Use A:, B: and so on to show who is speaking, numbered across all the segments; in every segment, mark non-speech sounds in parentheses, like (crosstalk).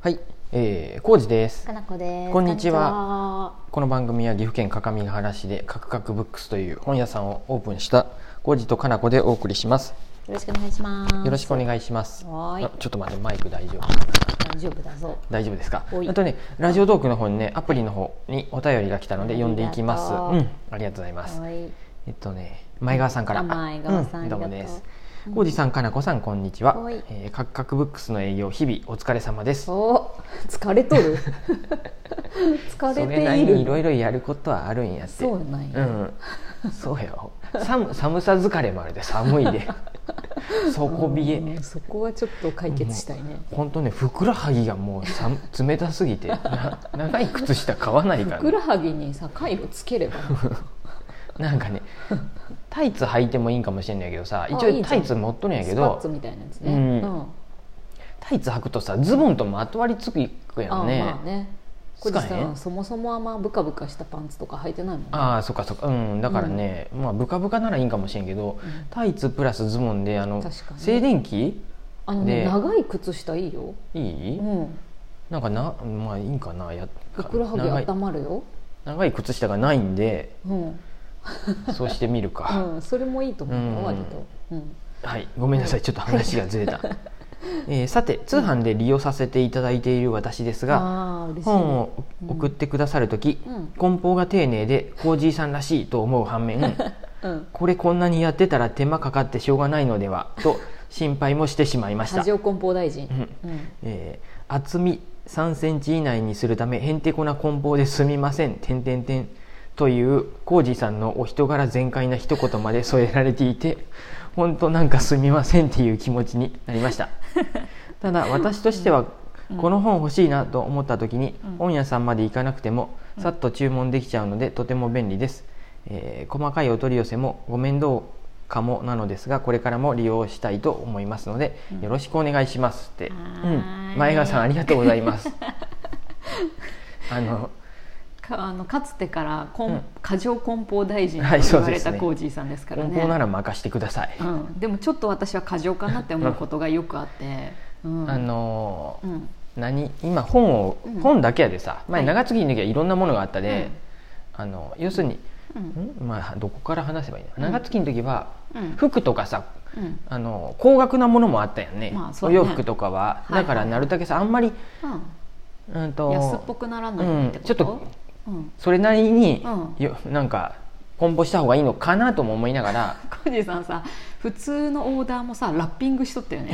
A: はい、えー、康二です
B: か。なこです。
A: こんにち
B: は。
A: この番組は岐阜県各務原市でカクカクブックスという本屋さんをオープンした康二とかなこでお送りします。
B: よろしくお願いします。
A: よろしくお
B: い。
A: 願いします。
B: はーい
A: あちょっと待ってマイク大丈夫。
B: 大丈夫だぞ。
A: 大丈夫ですか
B: おい
A: あとねラジオトークの方にねアプリの方にお便りが来たので読んでいきます
B: あ
A: う
B: りがとうん
A: ありがとうございます
B: はい。
A: えっとね前川さんから
B: あ前川さん
A: うどうも
B: ありが
A: で
B: とう
A: す浩二さんかなこさんこんにちは
B: おい
A: えーカクカクブックスの営業日々お疲れ様です
B: お、疲れとる。疲
A: そ
B: れ
A: れな
B: て
A: り
B: い
A: にい
B: る。
A: ろいろやることはあるんやって
B: そうなん
A: う
B: や。
A: ん、そうよ寒寒さ疲れもあるで寒い
B: (laughs)
A: で底冷
B: う
A: え
B: んそこはちょっと解決したいね。
A: 本当ねふくらはぎがもうさ冷たすぎてな長い靴下買わないか
B: ふく
A: ら
B: らはぎにさ回路つければ。
A: なんかねタイツ履いてもいいんかもしれないけどさ一
B: あい
A: 応
B: いじゃん
A: タイツ持っとるんやけ
B: スパッ
A: ど
B: ツみたいなやつね。
A: うん
B: うん。
A: タイツ履くとさズボンとも後割りつくや
B: あ、
A: んね
B: まあね。こ
A: つ
B: れ
A: かへん
B: さそもそもあんまブカブカしたパンツとか履いてないもんね。
A: ああそっかそっかうんだからね、まあブカブカならいいんかもしれんけど
B: うん
A: タイツプラスズボンであの
B: 確かに
A: 静電気
B: あの
A: で
B: ね長い靴下いいよ。
A: いい、
B: うん。
A: なんかなまあいいんかなや
B: ふくらは
A: 長
B: ぎ
A: い
B: 温まるよ。
A: 長い靴下がないんで
B: うん。
A: そうしてみるか、
B: うん、それもいいと思う
A: うん
B: よ割と、うん、
A: はいごめんなさいちょっと話がずれた、 (laughs) えーさて通販で利用させていただいている私ですが、
B: ああ嬉しいね、
A: 本を送ってくださる時、
B: うん
A: 梱包が丁寧でコージーさんらしいと思う反
B: (laughs)
A: 面
B: うん、
A: これこんなにやってたら手間かかってしょうがないのではと心配もしてしまいました
B: 波、状梱包大臣、
A: うん
B: うん、
A: えー厚み3センチ以内にするためへんてこな梱包ですみません点点点というコージーさんのお人柄全開な一言まで添えられていて本当なんかすみませんっていう気持ちになりましたただ私としてはこの本欲しいなと思った時に
B: うん
A: 本屋さんまで行かなくてもさっと注文できちゃうのでとても便利です、えー細かいお取り寄せもご面倒かもなのですがこれからも利用したいと思いますので
B: うん
A: よろしくお願いしますって、
B: は
A: う
B: ーい
A: ん、前川さんありがとうござい
B: (laughs)
A: ますあの
B: かあのかつてからこん、
A: うん
B: 過剰梱包大臣と
A: はいそ
B: 言
A: う
B: わ
A: で
B: れ
A: すね
B: たコージーさんですから
A: 梱
B: ね
A: 包なら任してください、
B: うん、でもちょっと私は過剰かなって思うことがよくあって、うん、
A: あのー
B: うん、
A: 何今本を、
B: うん
A: 本だけやでさ前
B: はい
A: 長継ぎの時はいろんなものがあったで、
B: うん
A: あの要するに、
B: うん
A: んまあ、どこから話せばいいの、
B: うん
A: 長月の時は
B: うん
A: 服とかさ
B: うん
A: あの高額なものもあったよね,、
B: まあそ
A: お
B: うね
A: 洋服とかは、
B: いはい
A: だからなるだけさあんまり、うん、と
B: うん、安っぽくならないってこと、
A: うんちょっ
B: と、うん、
A: それなりに、
B: うん
A: よなんか梱包した方がいいのかなとも思いながら
B: コージーさんさ普通のオーダーもさラッピングしとったよね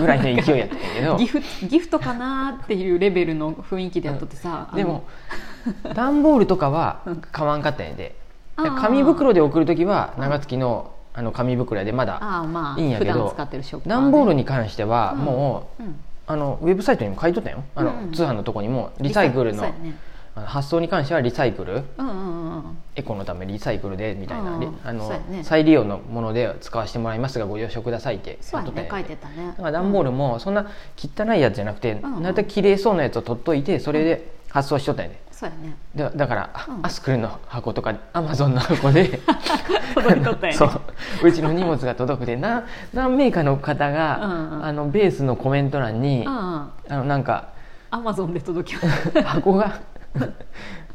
A: ぐらいの勢いやったんやけど
B: ギフギフトかなーっていうレベルの雰囲気でやっとってさ、
A: でも
B: (laughs)
A: 段ボールとかは買わんかったんやで
B: あー
A: 紙袋で送る時は長月のあの紙袋やでま
B: あ
A: だ
B: のあーまあ
A: いいんや
B: 普
A: け
B: 段
A: ど
B: 使ってるショップ、
A: 段ボールに関してはもう、
B: うん、
A: あのウェブサイトにも書いとったよあの、
B: うん
A: 通販のとこにもリサイクルの
B: そうやね
A: あの発送に関してはリサイクル
B: うんうんうんうん
A: エコのためリサイクルでみたいな、
B: うん
A: リあの
B: そうやね
A: 再利用のもので使わせてもらいますがご了承くださいって
B: そうや
A: 書いとったん
B: ね
A: や
B: 書いてたね
A: だから段ボールもそんな汚いやつじゃなくて、
B: んうん
A: なるべく綺麗そうなやつを取っといてそれで発送しとったんやね
B: そうやね
A: だだから、あ
B: うん
A: アスクルの箱とかアマゾンの箱
B: (laughs)
A: で
B: 届いとった
A: (laughs)
B: よね
A: (laughs) そううちの荷物が届くでな何名かの方が、
B: うんうん
A: あのベースのコメント欄に、あ
B: ア
A: のなんか
B: マゾンで届きま
A: (laughs)
B: した
A: 箱が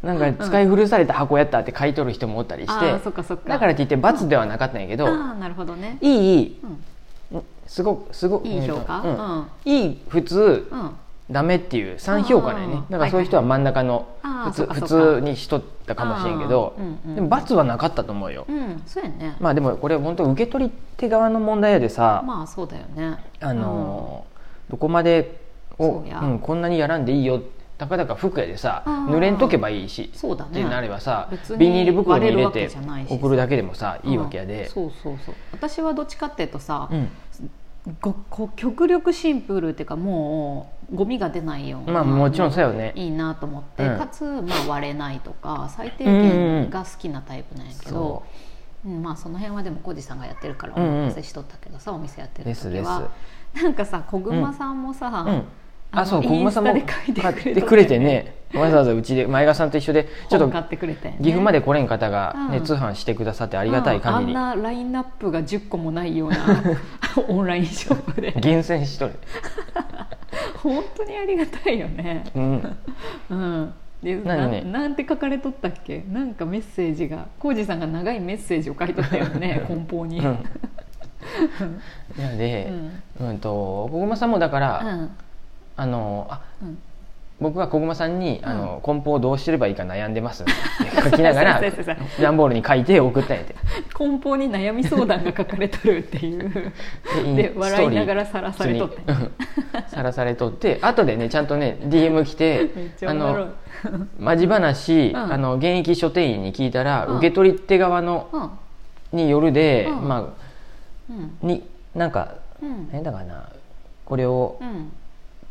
A: なんか使い古された箱やったって書いとる人もおったりし
B: あ
A: て、
B: ーそっかそっか
A: だからって言って罰ではなかったんやけ
B: あ
A: ど、
B: ーなるほどね、
A: いい
B: うん、
A: すごくすごく
B: いい評価、
A: う
B: うん
A: ん
B: うん
A: いい普通ダメっていう3評価だよ
B: あ
A: ね
B: ー
A: だからそういう人は真ん中の
B: あー
A: 普通
B: そっかそ
A: 普
B: っ
A: 通
B: か
A: にしとったかもしれんけど
B: あーうんうん
A: でも罰はなかったと思うよ
B: うんそうやね
A: まあでもこれ本当受け取り手側の問題やでさ
B: まあそうだよね
A: あのーどこまでを
B: そうや
A: うんこんなにやらんでいいよたかだか服やでさ
B: あー
A: 濡れんとけばいいし
B: そうだね
A: ってなればさ
B: 別に
A: ビニール袋に入れ
B: 割れる
A: て
B: わけじゃないし
A: 送るだけでもさ
B: うん
A: いいわけやで
B: そうそうそう私はどっちかっていうとさ、
A: うん
B: ごこう極力シンプルっていうかもうゴミが出ないよう
A: まあ
B: な
A: もちろんそうよね
B: いいなと思って、
A: うん
B: かつ、まあ、割れないとか最低
A: うんうんうん
B: 限が好きなタイプなんやけ
A: そ
B: ど、うんまあその辺はでもコージさんがやってるからお
A: うんうん
B: 任せしとったけどさ、お店やってる時は
A: ですで
B: なんかさ小熊さんもさ、
A: うんあそう小熊さんも
B: インスタで書いてくれと
A: 買ってくれてねわざわざうちで前川さんと一緒でちょっと
B: 本買ってくれて、ね、
A: 岐阜まで来れん方が、ね
B: うん
A: 通販してくださってありがたい限り
B: ああんなラインナップが10個もないようなオンラインショップで
A: 厳選しとる、
B: 本当にありがたいよね
A: うん、
B: うんでな
A: 何々
B: なんて書かれとったっけなんかメッセージが浩二さんが長いメッセージを書いとったよね梱包に、
A: うんなの
B: う
A: で、
B: ん
A: うんと小熊さんもだから、
B: うん
A: あのあ
B: うん
A: 僕は小熊さんに、あの梱包をどうしてればいいか悩んでますって書きながら
B: (laughs) そうそうそうそう
A: 段ボールに書いて送ったんやて
B: 梱包に悩み相談が書かれとるって
A: (laughs)
B: いう
A: で
B: で
A: イン
B: 笑いながらさらされとって
A: 普通にうんさらされとって後でねちゃんとね DM 来て
B: めっちゃ
A: あ
B: おもろい
A: のマジ話、
B: ん
A: あの現役書店員に聞いたら、
B: うん
A: 受け取り手側のによるで、
B: うん
A: ま
B: う
A: あ
B: ん
A: になんか
B: うん
A: 何だかなこれを
B: うん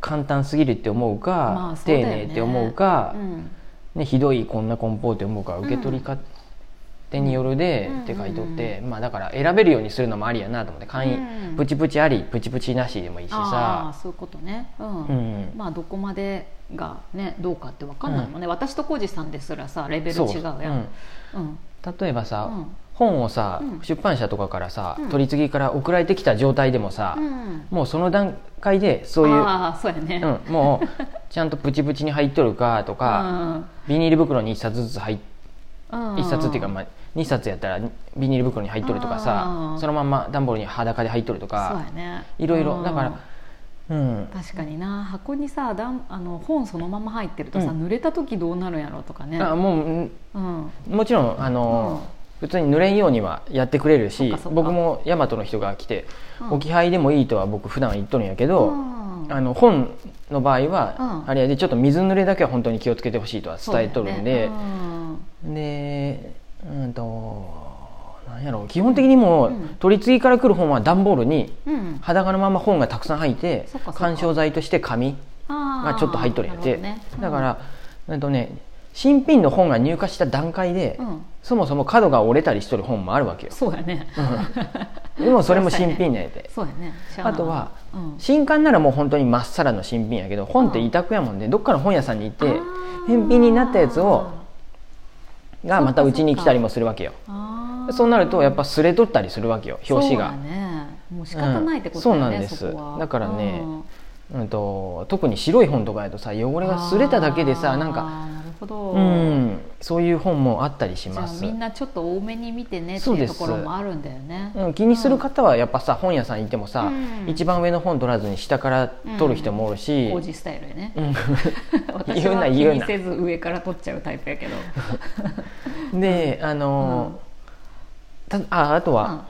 A: 簡単すぎるって思うか、
B: まあそう
A: 丁
B: だよね
A: 寧って思うか
B: う、ん
A: ね、ひどいこんな梱包って思うか受け取り方手によるで
B: うん
A: って書いとって、まあ、だから選べるようにするのもありやなと思って簡易、
B: うん
A: プチプチありプチプチなしでもいいし
B: ああ
A: さ、
B: そういうことねうん、
A: うん
B: まあどこまでがねどうかって分かんないもんね、私と浩二さんですらさレベル
A: そう
B: 違うやんうん
A: うん例えば
B: う
A: さ、
B: ん
A: 本をさ、
B: うん
A: 出版社とかからさ、
B: うん
A: 取り次ぎから送られてきた状態でもさ、
B: うん
A: もうその段階でそういう、
B: ああそうやね
A: うん、もう (laughs) ちゃんとプチプチに入っとるかとか、ビニール袋に1冊ずつ入っ
B: うん
A: 一冊っていうか、まあ、2冊やったらビニール袋に入っとるとか
B: あ
A: さ
B: ー
A: そのまんま段ボールに裸で入っとると
B: そう
A: か
B: やね
A: いろいうろ
B: ん
A: だからうん
B: 確かにな箱にさだんあの本そのまま入ってるとさ、
A: うん
B: 濡れた時どうなるんやろうとかね
A: あもうん
B: うん
A: もちろんあのー普通に濡れんようにはやってくれるし
B: そっかそっか
A: 僕も大和の人が来て
B: う
A: 「
B: ん
A: 置き配でもいい」とは僕普段言っとるんやけ
B: う
A: ど
B: ん
A: あの本の場合
B: う
A: は
B: ん
A: あれやでちょっと水濡れだけは本当に気をつけてほしいとは伝えとるんで
B: そうだよねうん
A: でうんとなんやろう基本的にもう
B: うん
A: 取り次ぎから来る本は段ボールに
B: うん、
A: 裸のまま本がたくさん入って
B: そっかそっか
A: 緩衝材として紙
B: あ
A: が
B: ー
A: ちょっと入っとるんや
B: な
A: て、
B: ほどね
A: だから、えっとね、新品の本が入荷した段階で、
B: うんうん
A: そもそも角が折れたりしとる本もあるわけよ
B: そうやね、
A: でもそれも新品なんやて、
B: そうやねしゃ
A: あ
B: あない
A: とは
B: うん
A: 新刊ならもう本当にまっさらの新品やけど本って委託やもんでどっかの本屋さんに行って
B: あー
A: 返品になったやつをがまたうちに来たりもするわけよ
B: あー
A: そうなるとやっぱ擦れとったりするわけよ表紙が
B: そうだねもう仕方ないってことだ
A: うんそ
B: よ
A: う
B: ね、
A: なんです
B: こは
A: だからね
B: うん
A: うんと特に白い本とかやとさ汚れが擦れただけで
B: あ
A: さ
B: ー
A: なんか
B: なるほど、
A: うんそういう本もあったりし
B: じゃ
A: ま
B: あ
A: す
B: みんなちょっと多めに見てねって
A: そう
B: い
A: で
B: う
A: す
B: ところもあるんだよね
A: うん、気にする方はやっぱさ本屋さん行ってもさ、
B: うん
A: 一番上の本取らずに下から取る人もおるし、
B: 工事スタイルやね
A: う
B: (laughs) 私
A: 言う
B: は
A: な
B: 気
A: 言う
B: に
A: な
B: せず上から取っちゃうタイプ
A: (laughs)
B: やけど
A: んであのー、たああとは、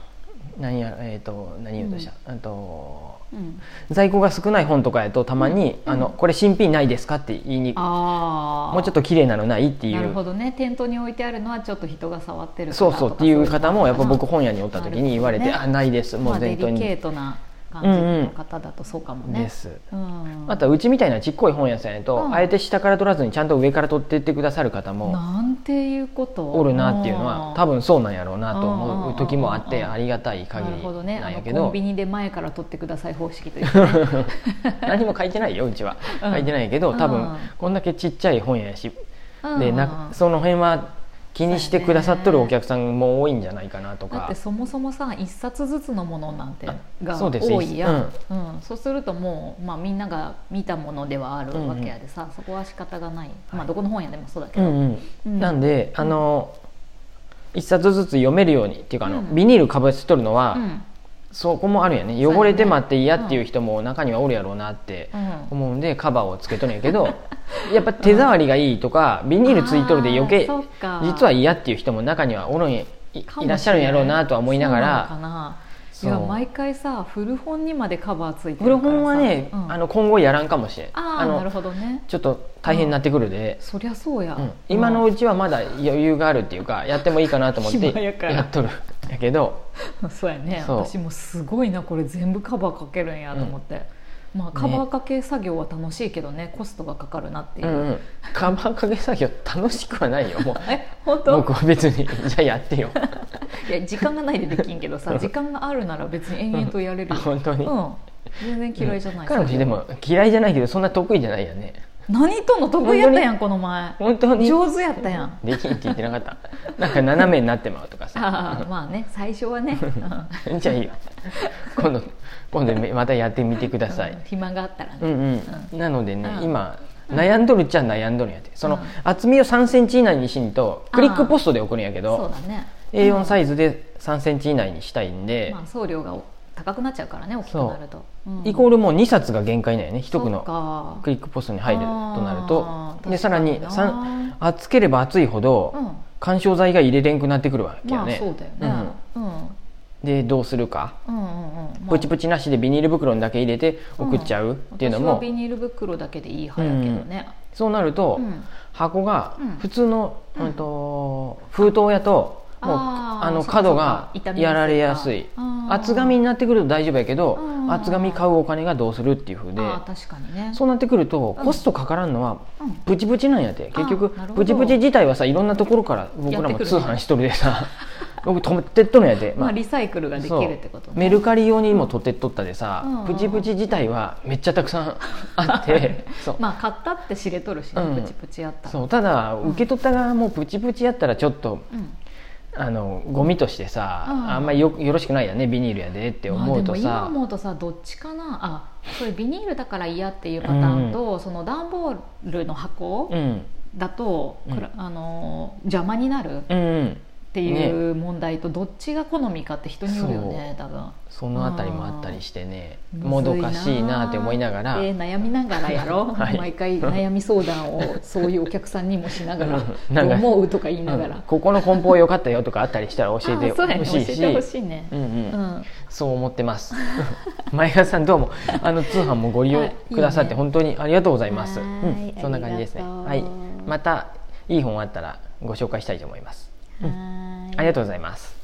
A: 何やえっ、と何言うとした、あと
B: うんうん
A: 在庫が少ない本とかやとたまに、
B: うん
A: あのこれ新品ないですかって言いにも
B: ああ
A: うちょっと綺麗なのないってい
B: なるほ
A: う
B: どね店頭に置いてあるのはちょっと人が触ってるから
A: そうそうっていう方もやっぱ僕
B: 本
A: 本屋におった時に言われて「
B: なる
A: あ
B: ほどね
A: ないですも
B: ま
A: う
B: あデ
A: 全
B: リ
A: 然
B: ケートな感じの方だとそうかもね、
A: です」
B: うん
A: あとはうちみたいなちっこい本屋さんやと、
B: うん
A: あえて下から取らずにちゃんと上から取っていってくださる方も
B: なんていうこと
A: おるなっていうのは多
B: 分
A: 分そうなんやろうなと思う時もあっ
B: うんうん
A: て
B: うんうん
A: ありがたい限
B: なる
A: り
B: ほどね
A: な
B: あ
A: んや
B: の
A: け
B: コ
A: ど
B: ンビニで前から取ってください方式というか
A: (laughs)
B: ね (laughs)
A: 何も書いてないようちは
B: うん
A: 書いてないけど多
B: うん
A: 分こんだけちっちゃい本やし
B: うん
A: でなその辺は気にしてくださっとるお客さんも多いんじゃないかなと
B: だっ
A: か
B: てそもそもさ一冊ずつのものなんて
A: あ
B: が
A: そうです
B: 多いやんうんそうするともう、まあ、みんなが見たものではあるわけやでさ、そこは仕方がない、まあ、どこの本屋でもそうだけ
A: う
B: ど、
A: ん
B: う
A: うん
B: ん
A: なんであの一冊ずつ読めるようにっていうかあ
B: う
A: の
B: ん
A: ビニールかぶせとるのは
B: うん
A: そこもあるよね
B: そうやね
A: 汚れてまって嫌っていう人も中にはおるやろうなって
B: うん
A: 思うんでカバーをつけとるんやけど (laughs) やっぱ手触りがいいとかビニールついとるで余計
B: あーそっか
A: 実は嫌っていう人も中にはおるんやいい
B: かもしれな
A: らっしゃるんやろうなとは思いなが
B: そう
A: ら
B: なのか
A: そう
B: ないや毎回さ古本にまでカバーついて
A: 古
B: るからさ
A: 本はね、
B: うん
A: あの今後やらんかもしれん
B: あ
A: あ
B: ー
A: の
B: なるほどね
A: ちょっと大変になってくるで、
B: そりゃそうや、
A: うん今のうちはまだ余裕があるっていうかやってもいいかなと思っ
B: (laughs) 暇や
A: て
B: から
A: やっとるやけど
B: うんそうやね
A: そう
B: 私もすごいなこれ全部カバーかけるんやと思って、まあカバーかけ作業は楽しいけどねコストがかかるなっていうう、
A: んうんカバーかけ作業楽しくはないよもう
B: え本当
A: 僕は別にじゃあやってよ
B: いや時間がないでできんけどさ時間があるなら別に延々とやれる
A: あ
B: よ
A: 本当に、
B: うん全然嫌いじゃない、
A: 彼女でも嫌いじゃないけどそんな得意じゃないよね
B: 何との得意やったやんこの前
A: 本当に
B: 上手やったやん
A: できんって言ってなかったなんか斜めになってまうとか
B: ああ
A: さ
B: まあね最初は
A: (laughs)
B: ね
A: うんじゃあいいよ今度今度めまたやってみてください、
B: 暇があったらね、
A: うんうん、なのでね、
B: うん
A: 今悩んどるっちゃ悩んどるんやってその、
B: うん
A: 厚みを3センチ以内にしんとクリックポストで送るんやけ
B: そう
A: ど
B: だね
A: A4 サイズで3センチ以内にしたいんで、
B: まあ、送料が高くなっちゃうからね大きくなると、うん
A: イコールもう2冊が限界なんやね一区
B: そっ
A: の
B: か
A: クリックポストに入るとなる
B: あ
A: と
B: ー
A: でさらに
B: 確か
A: さ
B: にな
A: 厚ければ厚いほど、
B: うん
A: 緩衝材が入れれんくなってくるわけよ
B: まあ
A: ね,、
B: そうだよね、うんうん、
A: でどうするか、
B: うんうんうん
A: ポチポチなしでビニール袋にだけ入れて送っちゃうっていうの
B: 私
A: も、
B: はビニール袋だけでいい派やけどね、
A: そうなると、
B: うん
A: 箱が
B: うん
A: 普通の、
B: うん
A: うんと封筒やともう
B: あ
A: あ
B: ー
A: の
B: そうかそ
A: 角
B: うか
A: が
B: 傷みやすいか
A: やられやすい
B: あー
A: 厚紙になってくると大丈夫やけど
B: うん
A: 厚紙買うお金がどうするっていうふうで
B: ああ確かにね
A: そうなってくると
B: うん
A: コストかからんのは
B: うん
A: プチプチなんやって
B: あ
A: 結局
B: なるほど
A: プチプチ自体はさいろんなところから僕ら
B: やって
A: も
B: くるね
A: 通販しとるで
B: (laughs)
A: さ僕取ってっとるんやで
B: まあ、リサイクルができるってこと
A: メルカリ用にも取ってっとったで
B: うんうん
A: さ
B: うん
A: プチプチ自体はめっちゃたくさんあってそう
B: まあ買ったって知れとるし、ね
A: うん
B: プチプチやったら
A: そうただ受け取った側もプチプチやったらちょっと
B: うん
A: あのゴミとしてさ
B: うん
A: あんまりよよろしくないやねビニールやでって思うと
B: まあ、でも今
A: さ
B: 思うとさどっちかなあそういうビニールだから嫌っていうパターンと、その段ボールの箱
A: うん
B: だと、
A: うん
B: くらあのー邪魔になるっ
A: うんうん
B: ていう問題と、どっちが好みかって人によるよね多分
A: そのあたりもあったりしてね
B: むずい
A: もどかしいなって思いながら
B: で悩みながらや
A: (laughs)
B: ろ、
A: はい
B: 毎回悩み相談をそういうお客さんにもしなが
A: (laughs)
B: ら
A: うんな
B: ど
A: ん
B: う
A: か
B: 思うとか言いなが
A: う
B: ら
A: ん、ここの梱包良かったよとかあったりしたら教えて
B: あそうやね
A: ほしい
B: 教え
A: し、
B: てほしいね
A: うんうん
B: うん
A: そう思ってます (laughs) 前川さんどうもあの通販もご利用くださっ
B: はい
A: て
B: いいね
A: 本当にありがとうございます、
B: はーい
A: うん、そんな感じですね
B: ありがとう
A: はいまたいい本あったらご紹介したいと思います、うん
B: はーい
A: ありがとうございます